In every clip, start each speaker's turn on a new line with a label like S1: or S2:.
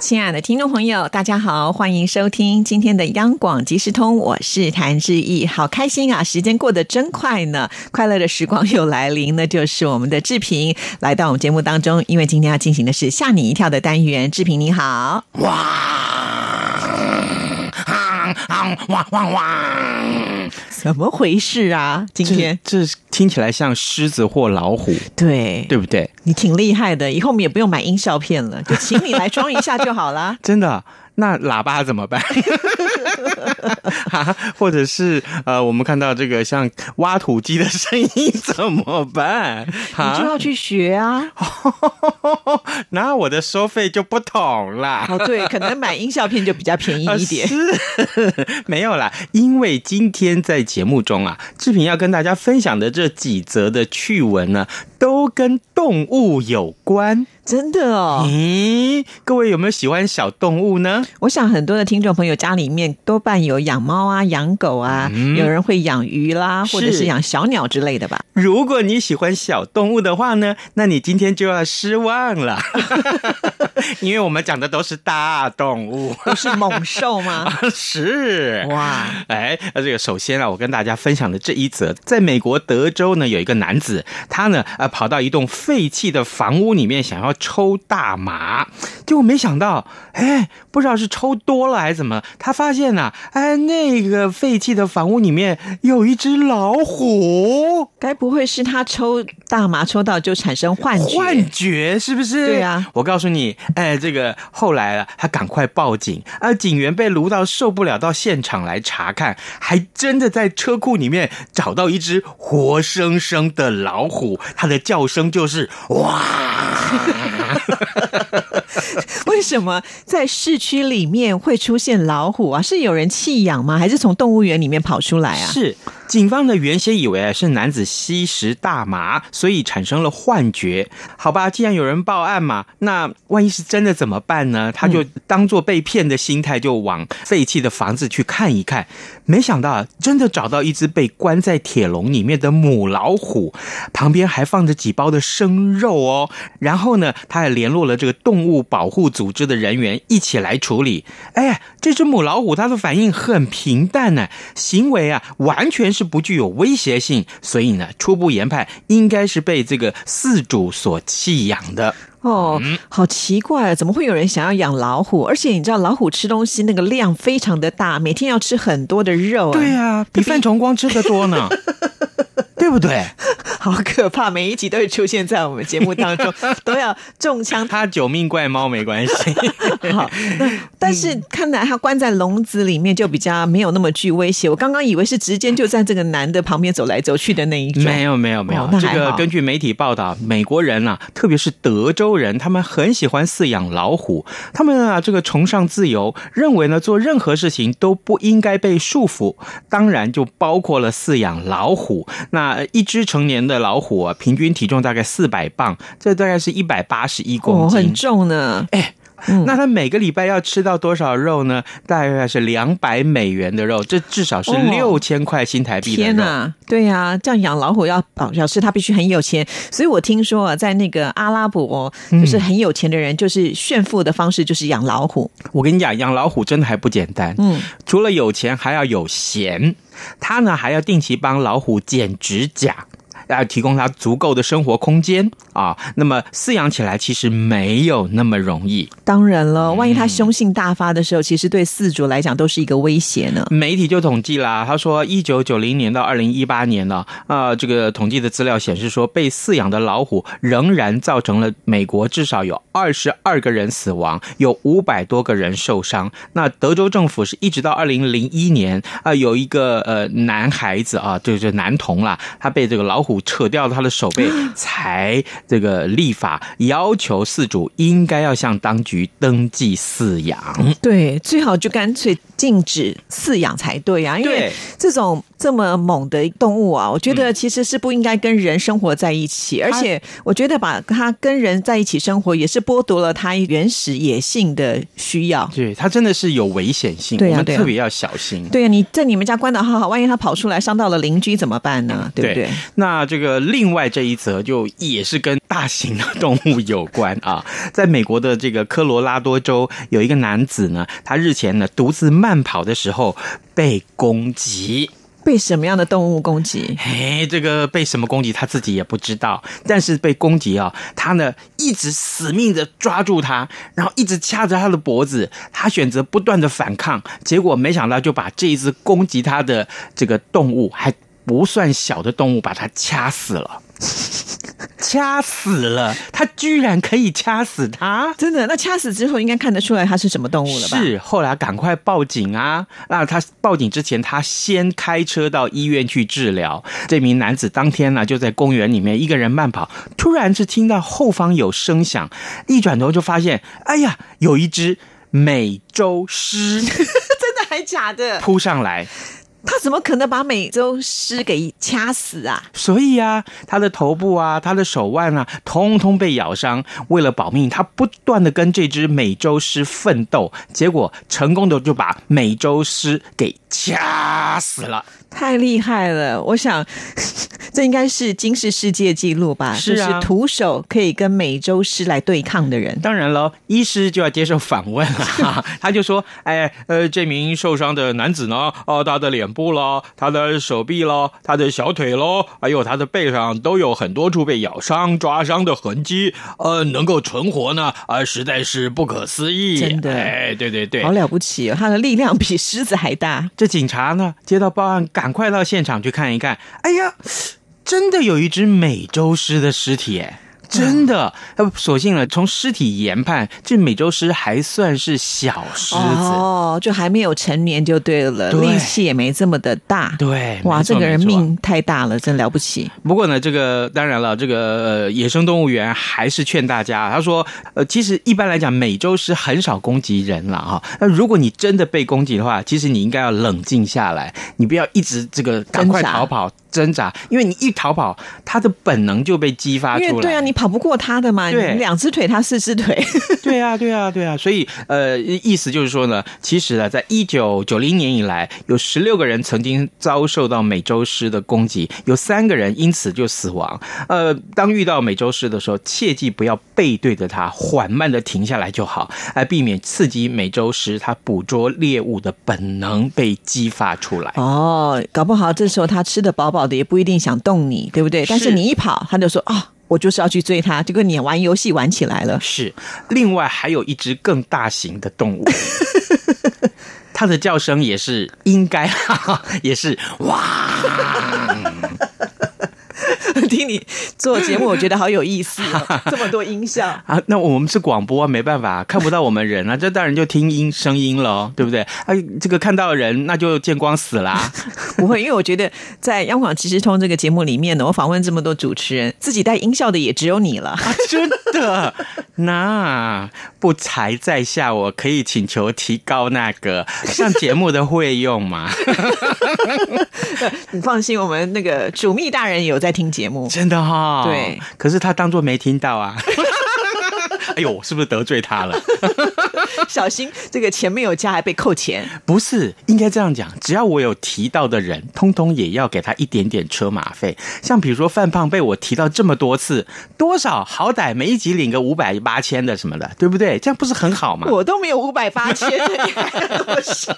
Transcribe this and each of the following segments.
S1: 亲爱的听众朋友，大家好，欢迎收听今天的央广即时通，我是谭志毅，好开心啊！时间过得真快呢，快乐的时光又来临呢，就是我们的志平来到我们节目当中，因为今天要进行的是吓你一跳的单元。志平你好，
S2: 哇！
S3: 嗯
S2: 啊啊！哇哇哇！
S1: 怎么回事啊？今天
S3: 这这听起来像狮子或老虎，
S1: 对
S3: 对不对？。
S1: 你挺厉害的，以后我们也不用买音效片了，就请你来装一下就好啦
S3: 真的，那喇叭怎 么办？哈，或者是呃，我们看到这个像挖土机的声音怎么办？
S1: 你就
S3: 哈，
S1: 要去学啊！
S3: 那啊我的收费就不同啦。
S1: 哦，对，可能买音效片就比较便宜
S3: 呃
S1: 一点。
S3: 是 没有啦，因为今天在节目中啊，志平要跟大家分享的这几则的趣闻呢，都跟动物有关。
S1: 真的哦，
S3: 咦，各位有没有喜欢小动物呢？
S1: 我想很多的听众朋友家里面多半有养猫啊、养狗啊，有人会养鱼啦，
S3: 是
S1: 或者是养小鸟之类的 吧。
S3: 如果你喜欢小动物的话呢，那你今天就要失 望了， 因为我们讲的都是大动物。
S1: 都是猛兽吗？
S3: 是
S1: 哇！
S3: 哎，那这个首先啊，我跟大家分享的这一则，在美国德州呢，有一个男子，他呢，呃，跑到一栋废弃的房屋里面，想要抽大麻，结果没想到，哎，不知道是抽多了还是怎么，他发现呢、哎，那个废弃的房屋里面有一只老虎。
S1: 该不会是他抽大麻抽到就产生幻觉？
S3: 幻觉是不是？
S1: 对啊
S3: 我告诉你，哎，这个后来啊，他赶快报警，啊，警员被撸到受不了，到现场来查看，还真的在车库里面找到一只活生生的老虎，它的叫声就是哇，
S1: 为什么在市区里面会出现老虎啊？是有人弃养吗？还是从动物园里面跑出来啊？
S3: 是，警方呢原先以为是男子吸食大麻，所以产生了幻觉。好吧，既然有人报案嘛，那万一是真的怎么办呢？他就当做被骗的心态，就往废弃的房子去看一看。没想到啊真的找到一只被关在铁笼里面的母老虎，旁边还放着几包的生肉哦。然后呢，他还联络了这个动物保护组织的人员一起来处理。哎，这只母老虎它的反应很平淡呢、行为啊完全是不具有威胁性，所以呢，初步研判应该是被这个饲主所弃养的。
S1: 哦，好奇怪啊！怎么会有人想要养老虎？而且你知道，老虎吃东西那个量非常的大，每天要吃很多的肉、啊。
S3: 对啊，比范崇光吃的多 呢，对不对？
S1: 好可怕！每一集都会出现在我们节目当中， 都要中枪。
S3: 他九命怪猫没关系。
S1: 好，
S3: 嗯
S1: 那但是看来他关在笼子里面就比较没有那么具威胁。我刚刚以为是直接就在这个男的旁边走来走去的那一种。
S3: 没有没有没有，
S1: 哦那
S3: 这
S1: 还
S3: 个
S1: 好
S3: 根据媒体报道，美国人啊，特别是德州人，他们很喜欢饲养老虎。他们啊，这个崇尚自由，认为呢，做任何事情都不应该被束缚，当然就包括了饲养老虎。那一只成年的老虎啊，平均体重大概四百磅，这大概是一百八十一
S1: 哦，
S3: 公斤，
S1: 很嗯重呢。
S3: 那他每个礼拜要吃到多少肉呢？大概是两百美元的肉，这至少是
S1: 哦
S3: 六千块新台币的肉。
S1: 天对呀、这样养老虎要表表示他必须很有钱，所以我听说啊，在那个阿拉伯、
S3: 嗯
S1: 就是很有钱的人，就是炫富的方式就是养老虎。
S3: 我跟你讲，养老虎真的还不简单。
S1: 嗯，
S3: 除了有钱，还要有闲。他呢，还要定期帮老虎剪指甲。啊，提供它足够的生活空间啊，那么饲养起来其实没有那么容易。
S1: 当然了，万
S3: 嗯
S1: 一他凶性大发的时候，其实对饲主来讲都是一个威胁呢。
S3: 媒体就统计啦，他说，一九九零年到二零一八年呢，啊、这个统计的资料显示说，被饲养的老虎仍然造成了美国至少有二十二个人死亡，有五百多个人受伤。那德州政府是一直到二零零一年啊、有一个呃男孩子啊，就是男童啦，他被这个老虎扯掉了他的手背，才这个立法要求饲主应该要向当局登记饲养。
S1: 对，最好就干脆禁止饲养才对呀、因为
S3: 对
S1: 这种这么猛的动物啊，我觉得其实是不应该跟人生活在一起，而且我觉得把它跟人在一起生活，也是剥夺了它原始野性的需要。
S3: 对，它真的是有危险性，
S1: 对啊
S3: 我们
S1: 对啊
S3: 特别要小心。
S1: 对呀、啊你在你们家关的好好，万一它跑出来伤到了邻居怎么办呢？对不对？
S3: 那这个另外这一则就也是跟大型的动物有关啊， 在美国的这个科罗拉多州有一个男子呢，他日前呢独自慢跑的时候被攻击。
S1: 被什么样的动物攻击？
S3: 哎，这个被什么攻击他自己也不知道，但是被攻击啊、他呢一直死命的抓住他，然后一直掐着他的脖子，他选择不断的反抗，结果没想到就把这一只攻击他的这个动物还。不算小的动物把他掐死了， 掐死了！他居然可以掐死他！
S1: 真的，那掐死之后应该看得出来它是什么动物了吧？
S3: 是，后来赶快报警啊！那他报警之前，他先开车到医院去治疗。这名男子当天呢、就在公园里面一个人慢跑，突然是听到后方有声响，一转头就发现，哎呀，有一只美洲狮
S1: 真的还假的？
S3: 扑上来。
S1: 它怎么可能把美洲狮给掐死啊？
S3: 所以啊，他的头部啊，他的手腕啊，通通被咬伤。为了保命，他不断的跟这只美洲狮奋斗，结果成功的就把美洲狮给掐死了。
S1: 太厉害了！ 我想这应该是金氏世界纪录吧，
S3: 是啊
S1: 就是徒手可以跟美洲狮来对抗的人。
S3: 当然了，医师就要接受访问了、 哈，他就说：“哎，呃，这名受伤的男子呢，哦、他的脸部啦，他的手臂啦，他的小腿喽，还有他的背上都有很多处被咬伤、抓伤的痕迹。呃，能够存活呢，啊、实在是不可思议。
S1: 真的
S3: 哎，对对对，
S1: 好了不起、哦，它的力量比狮子还大。
S3: 这警察呢接到报案，赶快到现场去看一看。哎呀，真的有一只美洲狮的尸体
S1: 嗯
S3: 哎。真的，呃，所幸呢，从尸体研判，这美洲狮还算是小狮子，
S1: 哦，就还没有成年就对了，
S3: 对
S1: 力气也没这么的大。
S3: 对，
S1: 哇，
S3: 没错
S1: 这个人。
S3: 没错
S1: 命太大了，真了不起。
S3: 不过呢，这个当然了，这个、呃、野生动物园还是劝大家，他说，呃，其实一般来讲，美洲狮很少攻击人了哈。那如果你真的被攻击的话，其实你应该要冷静下来，你不要一直这个赶快
S1: 挣扎
S3: 逃跑挣扎，因为你一逃跑，它的本能就被激发出
S1: 因
S3: 来。
S1: 为对啊，你跑不过他的嘛，你
S3: 对
S1: 两只腿，他四只腿。
S3: 对啊，对啊，对啊，所以呃，意思就是说呢，其实呢，在一九九零年以来，有十六个人曾经遭受到美洲狮的攻击，有三个人因此就死亡。呃，当遇到美洲狮的时候，切记不要背对着它，缓慢的停下来就好，来避免刺激美洲狮它捕捉猎物的本能被激发 出来。
S1: 哦，搞不好这时候他吃的饱饱的，也不一定想动你，对不对？但是你一跑，他就说啊、我就是要去追他，结果你玩游戏玩起来了。
S3: 是，另外还有一只更大型的动物，它的叫声也是应该， 也是哇。
S1: 听你做节目，我觉得好有意思、 哦，这么多音效。
S3: 啊，那我们是广播啊，没办法，看不到我们人啊，这当然就听音声音了，对不对？啊，这个看到人那就见光死啦。
S1: 不会，因为我觉得在央广即时通这个节目里面呢，我访问这么多主持人，自己带音效的也只有你 了。
S3: 啊，真的，那不才在下，我可以请求提高那个上节目的费用嘛？
S1: 你放心，我们那个主秘大人有在听节目。
S3: 真的哈、
S1: 对，
S3: 可是他当做没听到啊。 哎呦，是不是得罪他了？
S1: 小心这个钱没有加还被扣 钱。
S3: 不是，应该这样讲，只要我有提到的人，通通也要给他一点点车马费。像比如说范胖被我提到这么多次，多少好歹每一集领个五百八千的什么的，对不对？这样不是很好吗？
S1: 我都没有五百八 千，你还要多少？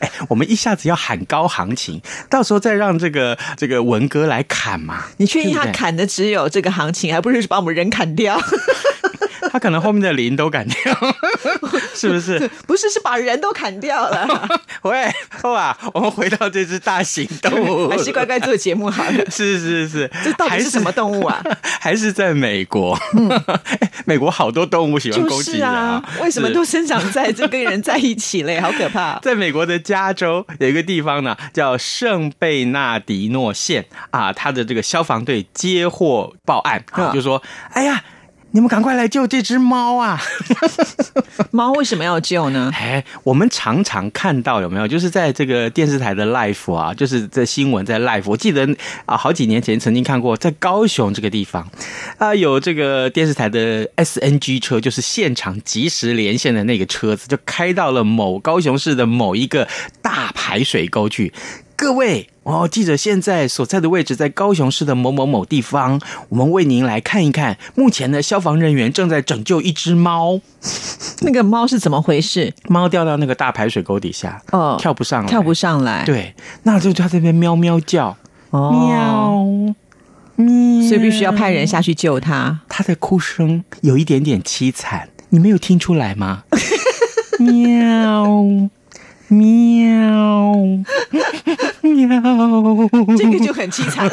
S3: 哎，我们一下子要喊高行情，到时候再让这个这个文哥来砍嘛。
S1: 你确 定
S3: 对不
S1: 他
S3: 对
S1: 砍的只有这个行情，还不是把我们人砍掉？
S3: 他可能后面的零都砍掉， 是不是？
S1: 不是，是把人都砍掉 了，
S3: 喂，哇，我们回到这只大型动物，
S1: 还是乖乖做节目好了。
S3: 是是是，
S1: 这到底
S3: 还
S1: 是什么动物啊？
S3: 还是在美国？ 哎美国好多动物喜欢
S1: 嗯就
S3: 攻击
S1: 是
S3: 人
S1: 啊，为什么
S3: 是
S1: 都生长在这跟人在一起嘞？好可怕、
S3: 在美国的加州有一个地方呢，叫圣贝纳迪诺县啊，它的这个消防队接获报案，啊
S1: 啊
S3: 就说：“哎呀，你们赶快来救这只猫啊！
S1: 猫为什么要救呢？
S3: 哎，我们常常看到有没有，就是在这个电视台的 live 啊，就是在新闻在 live。我记得啊，好几年前曾经看过，在高雄这个地方啊，有这个电视台的 SNG 车，就是现场即时连线的那个车子，就开到了某高雄市的某一个大排水沟去。各位哦，记者现在所在的位置在高雄市的某某某地方，我们为您来看一看，目前的消防人员正在拯救一只猫。
S1: 那个猫是怎么回事？
S3: 猫掉到那个大排水沟底下，
S1: 哦
S3: 跳不上来，
S1: 跳不上来，，
S3: 对，那就它这边喵喵叫，
S1: 哦，
S3: 喵，
S1: 所以必须要派人下去救它。
S3: 它的哭声有一点点凄惨，你没有听出来 吗？喵，喵，喵。
S1: 这个就很凄 惨，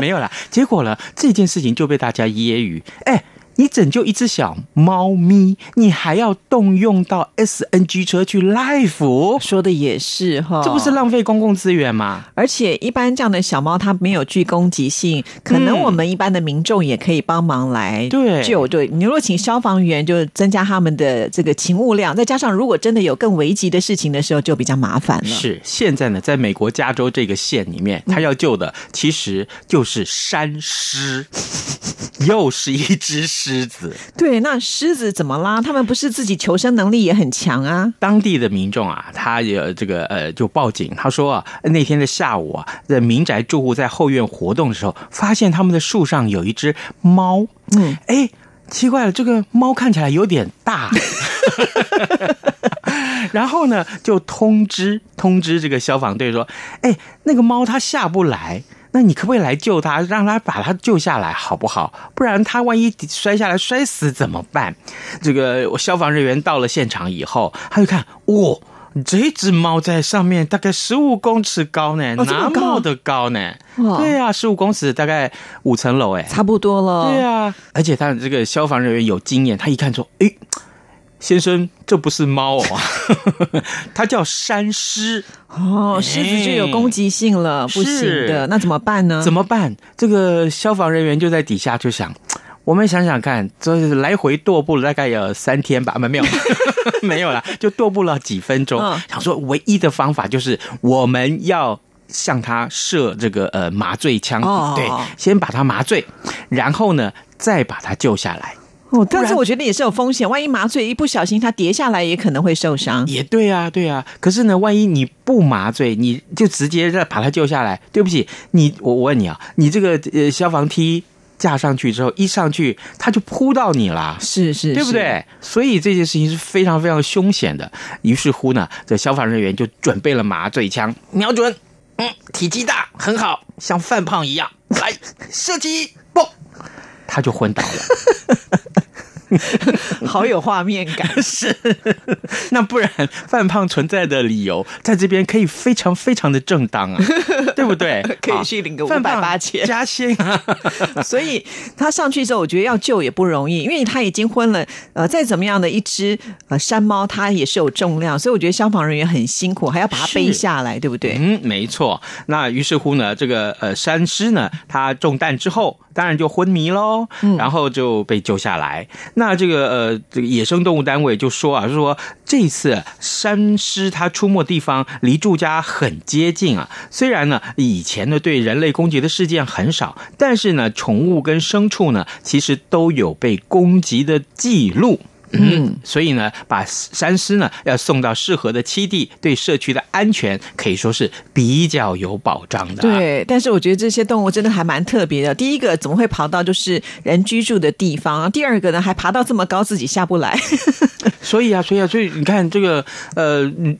S3: 没有啦。结果呢，这件事情就被大家揶揄。哎，你拯救一只小猫咪，你还要动用到 SNG 车去 life，
S1: 说的也是哈，
S3: 这不是浪费公共资源吗？
S1: 而且一般这样的小猫它没有具攻击性，可能我们一般的民众也可以帮忙来
S3: 嗯对
S1: 救。对，你如果请消防员，就增加他们的这个勤务量，再加上如果真的有更危急的事情的时候，就比较麻烦了。，
S3: 是现在呢，在美国加州这个县里面，他要救的其实就是山狮， 又是一只狮子。
S1: 对。那狮子怎么啦？他们不是自己求生能力也很强啊？
S3: 当地的民众啊，他也这个呃就报警，他说啊，那天的下午啊，在民宅住户在后院活动的时候，发现他们的树上有一只猫。
S1: 嗯，
S3: 哎，奇怪了，这个猫看起来有点大。然后呢，就通知通知这个消防队说，哎，那个猫它下不来。那你可不可以来救它，让它把它救下来，好不好？不然它万一摔下来摔死怎么办？这个消防人员到了现场以后，他就看，哇、这只猫在上面大概十五公尺高呢，
S1: 哦这么
S3: 那
S1: 高
S3: 么的高呢？
S1: 哇
S3: 对啊，十五公尺大概五层楼哎，
S1: 差不多了。
S3: 对啊，而且他这个消防人员有经验，他一看说，诶，先生，这不是猫哦， 它叫山狮，
S1: 哦，狮子就有攻击性了，不行的
S3: 哎是，
S1: 那怎么办呢？
S3: 怎
S1: 么
S3: 么办？这个消防人员就在底下就想。我们想想看，这来回踱步了大概有三天吧，没有， 没有啦，就踱步了几分钟。
S1: 嗯
S3: 想说唯一的方法就是我们要向他射这个呃麻醉枪，
S1: 哦
S3: 对，先把他麻醉，然后呢再把他救下来。
S1: 哦，但是我觉得也是有风险，万一麻醉一不小心它跌下来，也可能会受伤。
S3: 也对啊，对啊。可是呢，万一你不麻醉，你就直接让把他救下来，对不起，你我我问你啊，你这个呃消防梯架上去之后，一上去他就扑到你啦。
S1: 是是，
S3: 对不
S1: 是？
S3: 对？所以这件事情是非常非常凶险的。于是乎呢，这消防人员就准备了麻醉枪，瞄准，嗯，体积大，很好，像范胖一样，来射击，嘣，他就昏倒了。
S1: 好有画面感。
S3: 是， 那不然范胖存在的理由在这边可以非常非常的正当啊，对不对？
S1: 可以
S3: 好
S1: 去领个
S3: 范胖
S1: 580千
S3: 加薪啊，
S1: 所以他上去之后，我觉得要救也不容易，因为他已经昏了。呃，再怎么样的一只呃山猫，它也是有重量，所以我觉得消防人员很辛苦，还要把它背
S3: 是
S1: 下来，对不对？
S3: 嗯，没错。那于是乎呢，这个呃山狮呢，它中弹之后，当然就昏迷喽，然后就被救下来。那这个呃，这个野生动物单位就说啊，说这次山狮它出没地方离住家很接近啊。虽然呢，以前呢对人类攻击的事件很少，但是呢，宠物跟牲畜呢，其实都有被攻击的记录。嗯，所以呢，把山狮呢要送到适合的栖地，对社区的安全可以说是比较有保障的、，啊
S1: 对，但是我觉得这些动物真的还蛮特别的。第一个怎么会爬到就是人居住的地方？第二个呢，还爬到这么高，自己下不来。
S3: 所以啊，所以啊，所以你看这个呃，嗯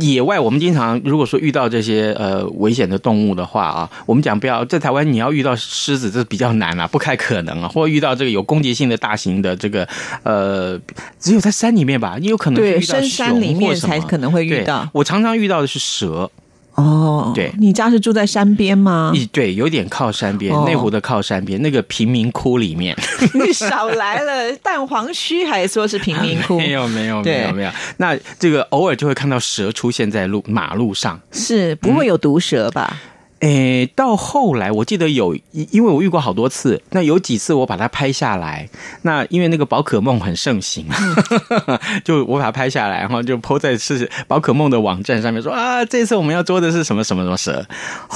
S3: 野外我们经常如果说遇到这些呃危险的动物的话啊，我们讲不要在台湾你要遇到狮子这比较难啊，不太可能啊，或者遇到这个有攻击性的大型的这个呃，只有在山里面吧，你有可能 是
S1: 对，
S3: 遇到
S1: 深山
S3: 熊
S1: 里
S3: 或
S1: 面
S3: 什么
S1: 才可嗯啊能会遇
S3: 对
S1: 到。
S3: 我常常遇到的是蛇。
S1: 哦，
S3: 对
S1: 你家是住在山边 吗？
S3: 一对，有点靠山边
S1: 啊哦，
S3: 内湖的靠山边，那个贫民窟里面，
S1: 你少来了，蛋黄区还说是贫民 窟，
S3: 没有没有
S1: 对
S3: 没有没有。那这个偶尔就会看到蛇出现在路马路上，
S1: 是不会有毒蛇吧？
S3: 诶，到后来我记得有，因因为我遇过好多次，那有几次我把它拍下来，那因为那个宝可梦很盛行，
S1: 嗯
S3: 就我把它拍下来，然后就 po 在是宝可梦的网站上面说啊，这次我们要捉的是什么什么什么蛇，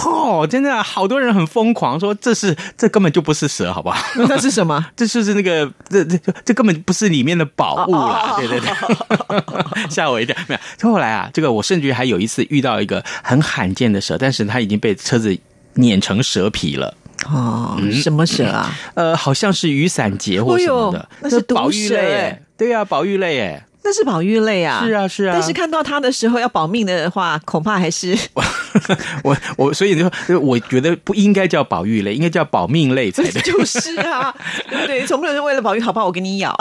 S3: 哦，真的好多人很疯狂，说这是这根本就不是蛇，好不好？
S1: 嗯 那那是什么？
S3: 这就是那个这这这根本不是里面的宝物
S1: 哦
S3: 啦，对对对， 吓我一跳。没有，后来啊，这个我甚至于还有一次遇到一个很罕见的蛇，但是它已经被车子碾成蛇皮了。
S1: 哦，什么蛇啊？
S3: 呃，好像是雨伞节或什么的，
S1: 哎呦那是毒
S3: 宝玉
S1: 蛇
S3: 类
S1: 哎
S3: 耶，对啊，宝玉类哎，
S1: 那是保育类啊。
S3: 是啊是啊
S1: 但是看到它的时候要保命的话，恐怕还是
S3: 我我所以就说我觉得不应该叫宝玉类，应该叫保命类才 对。
S1: 就是啊，对不对？总不能为了保育好不好？我给你咬，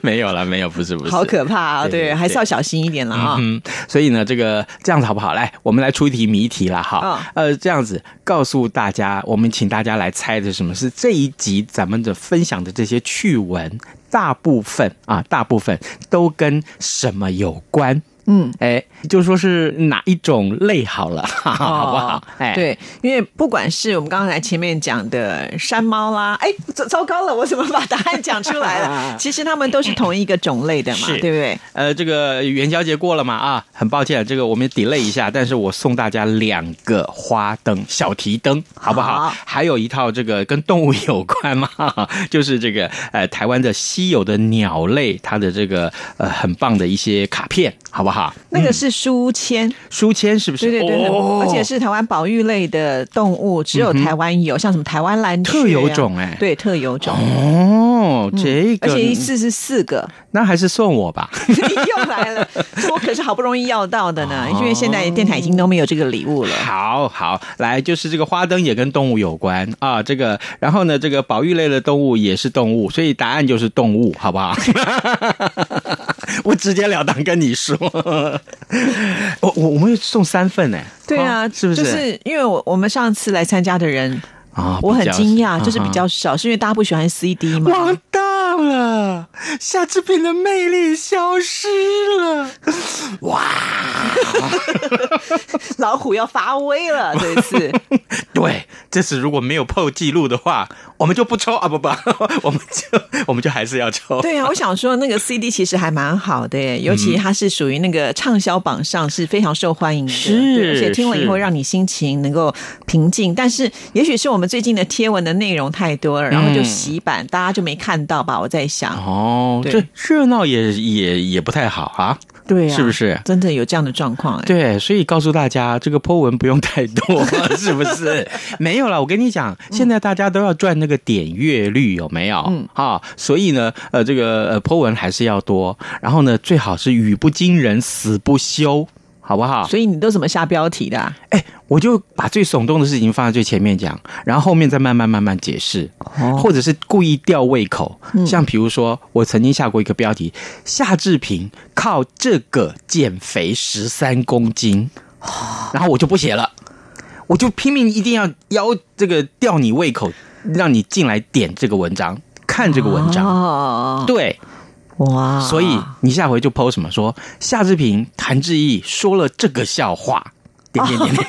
S3: 没有了，没有，不是不是，
S1: 好可怕啊！
S3: 对对
S1: 对，
S3: 对
S1: 还是要小心一点了啊。
S3: 嗯，所以呢，这个这样子好不好？来，我们来出一题谜题啦，哈。
S1: 啊
S3: 呃，这样子告诉大家，我们请大家来猜的什么是这一集咱们的分享的这些趣闻，大部分啊，大部分都跟什么有关？
S1: 嗯，
S3: 哎，就说是哪一种类好了， 哈哈，好不好？哎，，
S1: 哦对，因为不管是我们刚才前面讲的山猫啦，哎，糟糟糕了，我怎么把答案讲出来 了？其实它们都是同一个种类的嘛，对不
S3: 是
S1: 对？
S3: 呃，这个元宵节过了嘛啊，很抱歉，这个我们 delay 一下，但是我送大家两个花灯，小提灯，好不好？
S1: 好
S3: 还有一套这个跟动物有关嘛， 就是这个呃台湾的稀有的鸟类，它的这个呃很棒的一些卡片，好不好？
S1: 那个是书签，
S3: 书签是不是？哦
S1: 对对对，很而且是台湾保育类的动物，只有台湾有，像什么台湾蓝雀啊
S3: 特有种哎
S1: 对，特有种，
S3: 哦，这
S1: 嗯而
S3: 个、
S1: 且一次是四个，
S3: 那还是送我吧。
S1: 你又来了，这我可是好不容易要到的
S3: 哦
S1: 呢，因为现在电台已经都没有这个礼物了。
S3: 好好，来，就是这个花灯也跟动物有关啊。这个，然后呢，这个保育类的动物也是动物，所以答案就是动物，好不好？我直截了当跟你说，我我我们送三份呢、
S1: 对啊，
S3: 是不是？
S1: 就是因为我我们上次来参加的人，
S3: 啊，
S1: 我很
S3: 比较
S1: 惊讶，就是
S3: 啊
S1: 比较少，是因为大家不喜欢 CD 嘛。
S3: 完蛋了，夏志平的魅力消失了。
S1: 老虎要发威 了，这一次
S3: 对，这次如果没有破记录的话，我们就不抽啊，不不， 我们就我们就还是要抽。
S1: 对啊，我想说那个 CD 其实还蛮好的
S3: 嗯
S1: 耶，尤其它是属于那个畅销榜上是非常受欢迎的，
S3: 是
S1: 对而且听了以后
S3: 是
S1: 让你心情能够平静。但是也许是我们最近的贴文的内容太多了，然后就洗版，大家就没看到吧？我在想，
S3: 哦，
S1: 对
S3: 这热闹也也也不太好啊。
S1: 对啊，
S3: 是不是
S1: 真的有这样的状况？哎，
S3: 对，所以告诉大家，这个 Po 文不用太多，是不 是？没有啦，我跟你讲，现在大家都要赚那个点阅率，有没有？嗯，啊，所以呢，呃，这个呃 Po 文还是要多，然后呢，最好是语不惊人死不休，好不好？
S1: 所以你都怎么下标题的啊、
S3: 哎，我就把最耸动的事情放在最前面讲，然后后面再慢慢慢慢解释，或者是故意吊胃口。像比如说，我曾经下过一个标题：夏志平靠这个减肥十三公斤，然后我就不写了，我就拼命一定要要这个吊你胃口，让你进来点这个文章，看这个文章。
S1: 哦，啊
S3: 对，
S1: 哇，
S3: 所以你下回就 PO 什么说夏志平、谭志毅说了这个笑话，点点点点。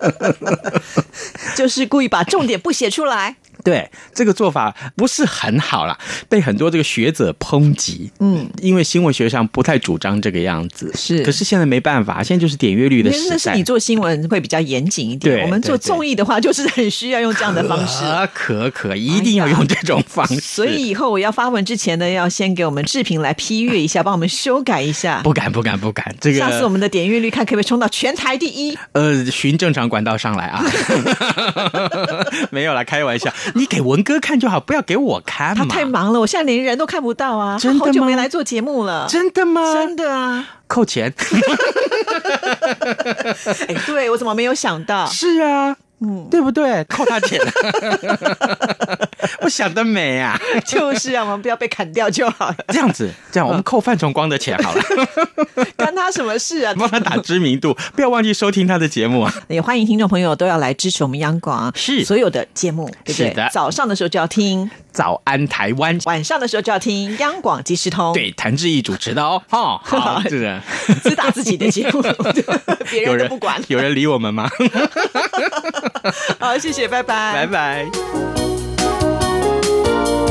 S1: 就是故意把重点不写出来。
S3: 对这个做法不是很好啦，被很多这个学者抨击。
S1: 嗯，
S3: 因为新闻学上不太主张这个样子。
S1: 是
S3: 可是现在没办法，现在就是点阅率的
S1: 因为
S3: 时代。
S1: 那是你做新闻会比较严谨一点，
S3: 对
S1: 我们做
S3: 对对
S1: 综艺的话就是很需要用这样的方 式。哎
S3: 可啊可可，一定要用这种方式。
S1: 所以以后我要发文之前呢，要先给我们志平来批阅一下，帮我们修改一下。
S3: 不敢不敢不敢，这个
S1: 下次我们的点阅率看可不可以冲到全台第 一？
S3: 呃，循正常管道上来 啊，没有啦，开玩笑，你给文哥看就好，不要给我看
S1: 他
S3: 嘛。
S1: 太忙了，我现在连人都看不到啊！
S3: 真的吗
S1: 好久没来做节目了，
S3: 真的吗？
S1: 真的 啊！
S3: 扣钱。
S1: 哎哎，对我怎么没有想到？
S3: 是啊，嗯，对不对？扣他钱， 我想得美啊！
S1: 就是啊，我们不要被砍掉就好了，
S3: 这样子，
S1: 嗯
S3: 这样我们扣范崇光的钱好了，
S1: 干他什么事啊？
S3: 帮他打知名度，不要忘记收听他的节目啊！
S1: 也欢迎听众朋友都要来支持我们央广
S3: 是
S1: 所有的节目，对不对？
S3: 是的
S1: 早上的时候就要听，
S3: 早安台湾，
S1: 晚上的时候就要听央广即时通，，
S3: 对谭志毅主持的哦，哦， 好，是的，
S1: 自打自己的节 目，别
S3: 有
S1: 人都不管。
S3: 有人理我们吗？
S1: 好，谢谢，拜拜，
S3: 拜拜。
S4: Thank